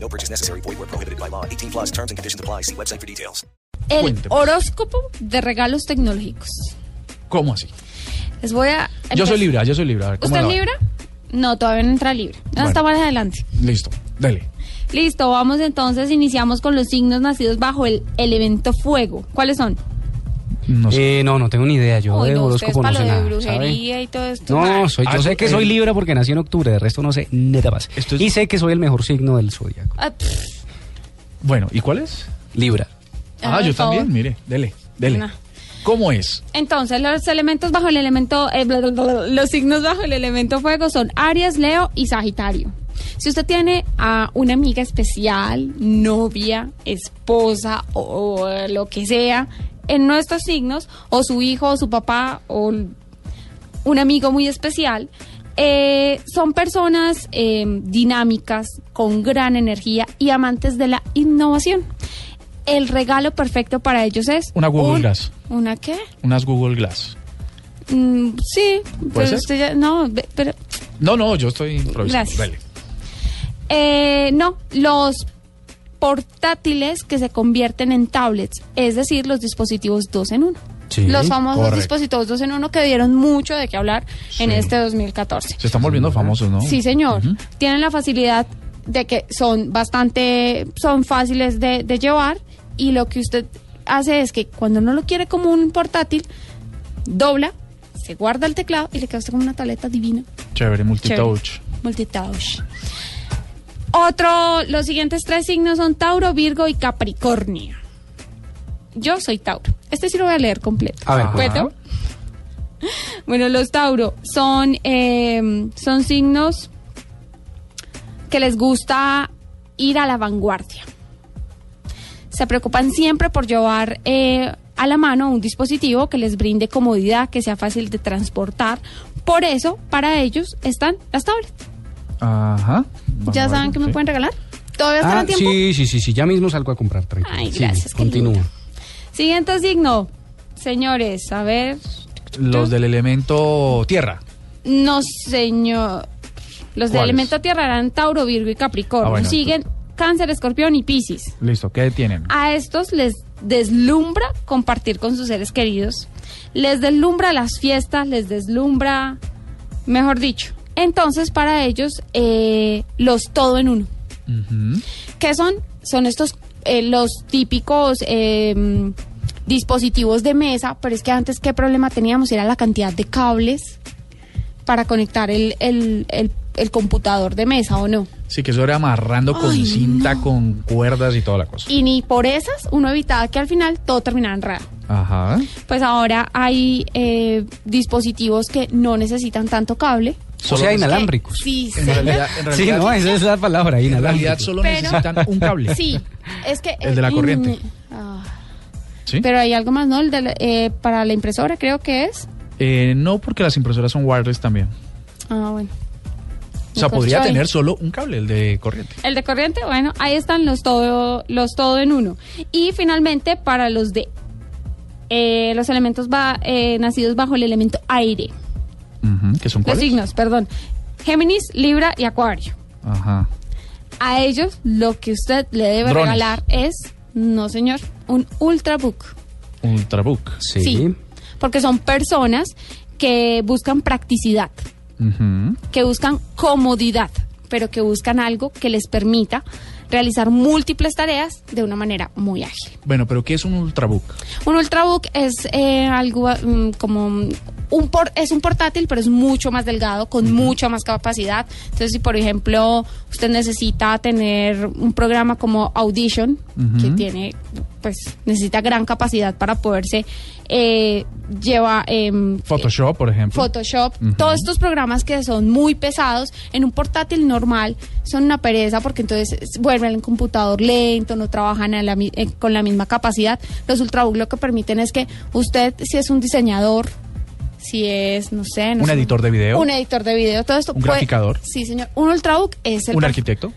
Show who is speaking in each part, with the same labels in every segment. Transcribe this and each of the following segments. Speaker 1: No purchase necessary. Void where prohibited by law. 18 plus terms and conditions apply. See website for details.
Speaker 2: El
Speaker 3: Cuénteme.
Speaker 2: horóscopo de regalos tecnológicos.
Speaker 3: ¿Cómo así?
Speaker 2: Les voy a.
Speaker 3: Yo
Speaker 2: empezar.
Speaker 3: soy Libra, yo soy Libra. A ver, ¿cómo
Speaker 2: ¿Usted es
Speaker 3: la va?
Speaker 2: Libra? No, todavía no entra Libra. No,
Speaker 3: Bueno.
Speaker 2: Está más adelante.
Speaker 3: Listo, dale.
Speaker 2: Listo, vamos entonces, iniciamos con los signos nacidos bajo el elemento fuego. ¿Cuáles son?
Speaker 3: No sé.
Speaker 4: Eh, no, no tengo ni idea. Yo
Speaker 2: Uy,
Speaker 4: de
Speaker 2: no, usted es
Speaker 4: horóscopo
Speaker 2: para
Speaker 4: no
Speaker 2: lo
Speaker 4: sé
Speaker 2: de
Speaker 4: nada.
Speaker 2: brujería
Speaker 4: ¿sabe?
Speaker 2: y todo esto.
Speaker 4: No, soy,
Speaker 3: Ah,
Speaker 4: yo
Speaker 3: eso-
Speaker 4: sé que soy
Speaker 3: eh.
Speaker 4: Libra porque nací en octubre. De resto no sé nada más.
Speaker 3: Esto es-
Speaker 4: Y sé que soy el mejor signo del zodiaco.
Speaker 2: Ah, pff,
Speaker 3: Bueno, ¿y cuál es?
Speaker 4: Libra.
Speaker 3: Ah,
Speaker 2: Ay,
Speaker 3: yo
Speaker 2: por favor.
Speaker 3: también, mire, dele, dele.
Speaker 2: No.
Speaker 3: ¿Cómo es?
Speaker 2: Entonces, los elementos bajo el elemento, eh, bla, bla, bla, bla, los signos bajo el elemento fuego son Aries, Leo y Sagitario. Si usted tiene a una amiga especial, novia, esposa o, o, eh, lo que sea, en nuestros signos, o su hijo, o su papá, o l- un amigo muy especial, eh, son personas eh, dinámicas, con gran energía y amantes de la innovación. El regalo perfecto para ellos es...
Speaker 3: Una Google
Speaker 2: un-
Speaker 3: Glass.
Speaker 2: ¿Una qué?
Speaker 3: Unas Google Glass.
Speaker 2: Mm, sí, pero
Speaker 3: ser?
Speaker 2: usted ya- no, ve- pero
Speaker 3: No, no, yo estoy improvisando.
Speaker 2: Gracias.
Speaker 3: Dale.
Speaker 2: eh, no, los portátiles que se convierten en tablets, es decir, los dispositivos dos en uno.
Speaker 4: Sí,
Speaker 2: los famosos
Speaker 3: correcto.
Speaker 2: dispositivos dos en uno que dieron mucho de qué hablar en
Speaker 3: Sí.
Speaker 2: este 2014.
Speaker 3: Se están volviendo famosos, ¿no?
Speaker 2: Sí, señor. Tienen la facilidad de que son bastante, son fáciles de, de llevar y lo que usted hace es que cuando no lo quiere como un portátil, dobla, se guarda el teclado y le queda a usted como una tableta divina.
Speaker 3: Chévere, multitouch.
Speaker 2: Chévere. Multitouch. Otro, los siguientes tres signos son Tauro, Virgo y Capricornio. Yo soy Tauro. Este sí lo voy a leer completo.
Speaker 4: A ver,
Speaker 2: ¿De
Speaker 4: por
Speaker 2: acuerdo? Bueno, los Tauro son, eh, son signos que les gusta ir a la vanguardia. Se preocupan siempre por llevar eh, a la mano un dispositivo que les brinde comodidad, que sea fácil de transportar. Por eso, para ellos están las tablets.
Speaker 3: Ajá.
Speaker 2: ¿Ya saben que me
Speaker 3: Sí.
Speaker 2: pueden regalar? ¿Todavía estará
Speaker 4: Ah,
Speaker 2: a tiempo?
Speaker 4: sí, sí, sí, sí. Ya mismo salgo a comprar, tranquilo.
Speaker 2: Ay,
Speaker 4: Sí,
Speaker 2: gracias, qué
Speaker 4: Continúa.
Speaker 2: lindo. Siguiente signo. Señores, a ver.
Speaker 3: Los del elemento tierra.
Speaker 2: No, señor. Los de
Speaker 3: ¿Cuáles?
Speaker 2: elemento tierra eran Tauro, Virgo y Capricornio.
Speaker 3: Ah, bueno,
Speaker 2: Siguen Cáncer, Escorpión y Piscis.
Speaker 3: Listo, ¿qué tienen?
Speaker 2: A estos les deslumbra compartir con sus seres queridos, les deslumbra las fiestas, les deslumbra, mejor dicho. Entonces, para ellos, eh, los todo en uno.
Speaker 3: Ujú.
Speaker 2: ¿Qué son? Son estos, eh, los típicos eh, dispositivos de mesa, pero es que antes, ¿qué problema teníamos? Era la cantidad de cables para conectar el, el- el- el computador de mesa, ¿o no?
Speaker 3: Sí, que eso era amarrando con
Speaker 2: Ay,
Speaker 3: cinta, con cuerdas y toda la cosa.
Speaker 2: Y ni por esas uno evitaba que al final todo terminara enredado.
Speaker 3: Ajá.
Speaker 2: Pues ahora hay eh, dispositivos que no necesitan tanto cable.
Speaker 4: O sea,
Speaker 3: en
Speaker 4: inalámbricos.
Speaker 2: Sí,
Speaker 3: En
Speaker 2: sí.
Speaker 3: realidad, en
Speaker 4: Sí,
Speaker 3: realidad,
Speaker 4: no, esa es la palabra,
Speaker 3: en realidad
Speaker 4: inalámbricos.
Speaker 3: solo
Speaker 2: Pero-
Speaker 3: necesitan un cable.
Speaker 2: Sí, es que... mm,
Speaker 3: El de la corriente.
Speaker 2: Ah,
Speaker 3: ¿Sí?
Speaker 2: pero hay algo más, ¿no? El de la- eh, para la impresora creo que es.
Speaker 3: Eh, no, porque las impresoras son wireless también.
Speaker 2: Ah, bueno.
Speaker 3: O sea,
Speaker 2: Me
Speaker 3: podría
Speaker 2: costó ahí.
Speaker 3: tener solo un cable, el de corriente.
Speaker 2: El de corriente, bueno, ahí están los todo, los todo en uno. Y finalmente para los de eh, los elementos ba- eh, nacidos bajo el elemento aire.
Speaker 3: Ujú, que son
Speaker 2: Los
Speaker 3: cuáles?
Speaker 2: signos, perdón. Géminis, Libra y Acuario.
Speaker 3: Ajá.
Speaker 2: A ellos lo que usted le debe
Speaker 3: Drones.
Speaker 2: regalar es, no señor, un ultrabook.
Speaker 3: Ultrabook.
Speaker 4: Sí.
Speaker 2: Porque son personas que buscan practicidad,
Speaker 3: Ujú.
Speaker 2: que buscan comodidad, pero que buscan algo que les permita realizar múltiples tareas de una manera muy ágil.
Speaker 3: Bueno, pero ¿qué es un ultrabook?
Speaker 2: Un ultrabook es eh, algo mm, como mm, un por, es un portátil, pero es mucho más delgado, con mucha más capacidad. Entonces, si por ejemplo usted necesita tener un programa como Audition, que tiene, pues necesita gran capacidad para poderse eh, llevar... em,
Speaker 3: Photoshop, por ejemplo.
Speaker 2: Photoshop, todos estos programas que son muy pesados, en un portátil normal son una pereza porque entonces es- vuelven al computador lento, no trabajan a la mi- eh, con la misma capacidad. Los ultrabook lo que permiten es que usted, si es un diseñador, si es, no sé, no
Speaker 3: Un
Speaker 2: sé,
Speaker 3: editor de video.
Speaker 2: un editor de video, todo esto.
Speaker 3: Un graficador.
Speaker 2: Sí, señor. Un ultrabook es el
Speaker 3: un
Speaker 2: per-
Speaker 3: arquitecto.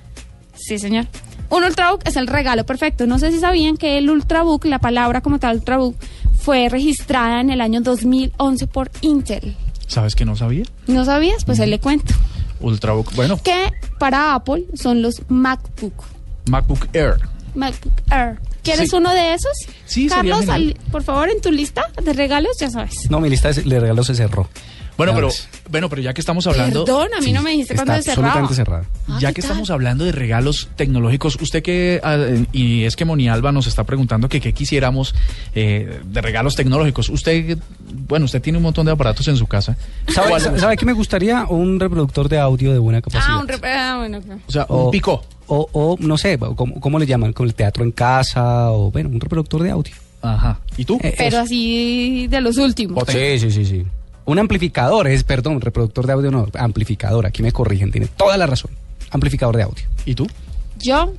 Speaker 2: Sí, señor. Un ultrabook es el regalo perfecto. No sé si sabían que el ultrabook, la palabra como tal ultrabook, fue registrada en el año 2011 por Intel.
Speaker 3: ¿Sabes que no sabía?
Speaker 2: ¿No sabías? Pues ahí le cuento.
Speaker 3: Ultrabook. Bueno,
Speaker 2: Que para Apple son los MacBook.
Speaker 3: MacBook Air.
Speaker 2: MacBook Air. ¿Quieres
Speaker 3: Sí.
Speaker 2: uno de esos?
Speaker 3: Sí, sería
Speaker 2: Carlos,
Speaker 3: genial.
Speaker 2: al- por favor, en tu lista de regalos, ya sabes.
Speaker 4: No, mi lista de de regalos se cerró.
Speaker 3: Bueno,
Speaker 4: Ya
Speaker 3: pero,
Speaker 4: ves.
Speaker 3: bueno, pero ya que estamos hablando.
Speaker 2: Perdón, a mí no me dijiste
Speaker 4: Está
Speaker 2: cuándo se cerraba.
Speaker 4: absolutamente cerrada.
Speaker 2: Ah,
Speaker 3: Ya
Speaker 2: ¿qué
Speaker 3: que
Speaker 2: tal?
Speaker 3: estamos hablando de regalos tecnológicos, usted que, ah, eh, y es que Monialba nos está preguntando que qué quisiéramos eh, de regalos tecnológicos. Usted, bueno, usted tiene un montón de aparatos en su casa.
Speaker 4: ¿Sabe,
Speaker 3: ¿Cuál?
Speaker 4: sa- sabe qué me gustaría? Un reproductor de audio de buena capacidad.
Speaker 2: Ah, un rep- ah, bueno. claro.
Speaker 3: O sea,
Speaker 4: O-
Speaker 3: un pico.
Speaker 4: O, o, no sé, ¿cómo, cómo le llaman? Con el teatro en casa o, bueno, un reproductor de audio.
Speaker 3: Ajá. ¿Y tú?
Speaker 4: Eh,
Speaker 2: Pero así de los últimos.
Speaker 3: O te-
Speaker 4: Sí, sí, sí, sí. Un amplificador es, perdón, reproductor de audio no, amplificador. Aquí me corrigen, tiene toda la razón. Amplificador de audio.
Speaker 3: ¿Y tú?
Speaker 2: Yo.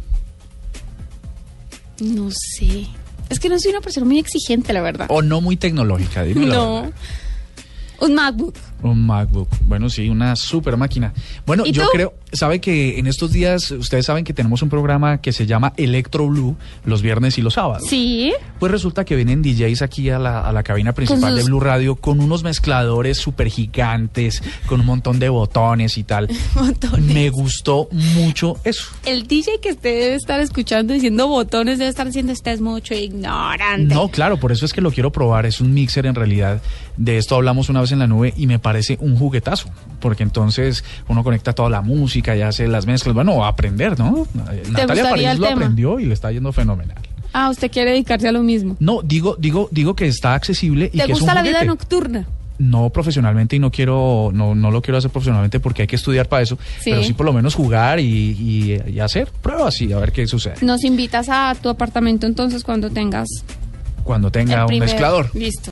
Speaker 2: No sé. Es que no soy una persona muy exigente, la verdad.
Speaker 3: O no muy tecnológica, dime la verdad.
Speaker 2: no. Un MacBook.
Speaker 3: Un MacBook. Bueno, sí, una super máquina. Bueno,
Speaker 2: ¿Y
Speaker 3: yo
Speaker 2: tú?
Speaker 3: creo, sabe que en estos días, ustedes saben que tenemos un programa que se llama Electro Blue los viernes y los sábados.
Speaker 2: Sí.
Speaker 3: Pues resulta que vienen DJs aquí a la, a la cabina principal
Speaker 2: sus-
Speaker 3: de Blue Radio con unos mezcladores super gigantes, con un montón de botones y tal.
Speaker 2: Botones.
Speaker 3: Me gustó mucho eso.
Speaker 2: El DJ que usted debe estar escuchando diciendo botones debe estar diciendo usted es mucho ignorante.
Speaker 3: No, claro, por eso es que lo quiero probar. Es un mixer en realidad. De esto hablamos una vez en la nube y me parece un juguetazo. Porque entonces uno conecta toda la música y hace las mezclas. Bueno, a aprender, ¿no? Eh, Natalia
Speaker 2: gustaría
Speaker 3: París
Speaker 2: el
Speaker 3: lo
Speaker 2: tema?
Speaker 3: aprendió y le está yendo fenomenal.
Speaker 2: Ah, usted quiere dedicarse a lo mismo.
Speaker 3: No, digo, digo, digo que está accesible y
Speaker 2: ¿Te
Speaker 3: que es un
Speaker 2: gusta la vida
Speaker 3: juguete.
Speaker 2: nocturna?
Speaker 3: no profesionalmente y no quiero, no, no lo quiero hacer profesionalmente porque hay que estudiar para eso,
Speaker 2: Sí.
Speaker 3: pero sí por lo menos jugar y, y- y hacer pruebas y a ver qué sucede
Speaker 2: Nos invitas a tu apartamento entonces cuando tengas
Speaker 3: cuando
Speaker 2: el
Speaker 3: tenga un
Speaker 2: primer-
Speaker 3: mezclador.
Speaker 2: Listo.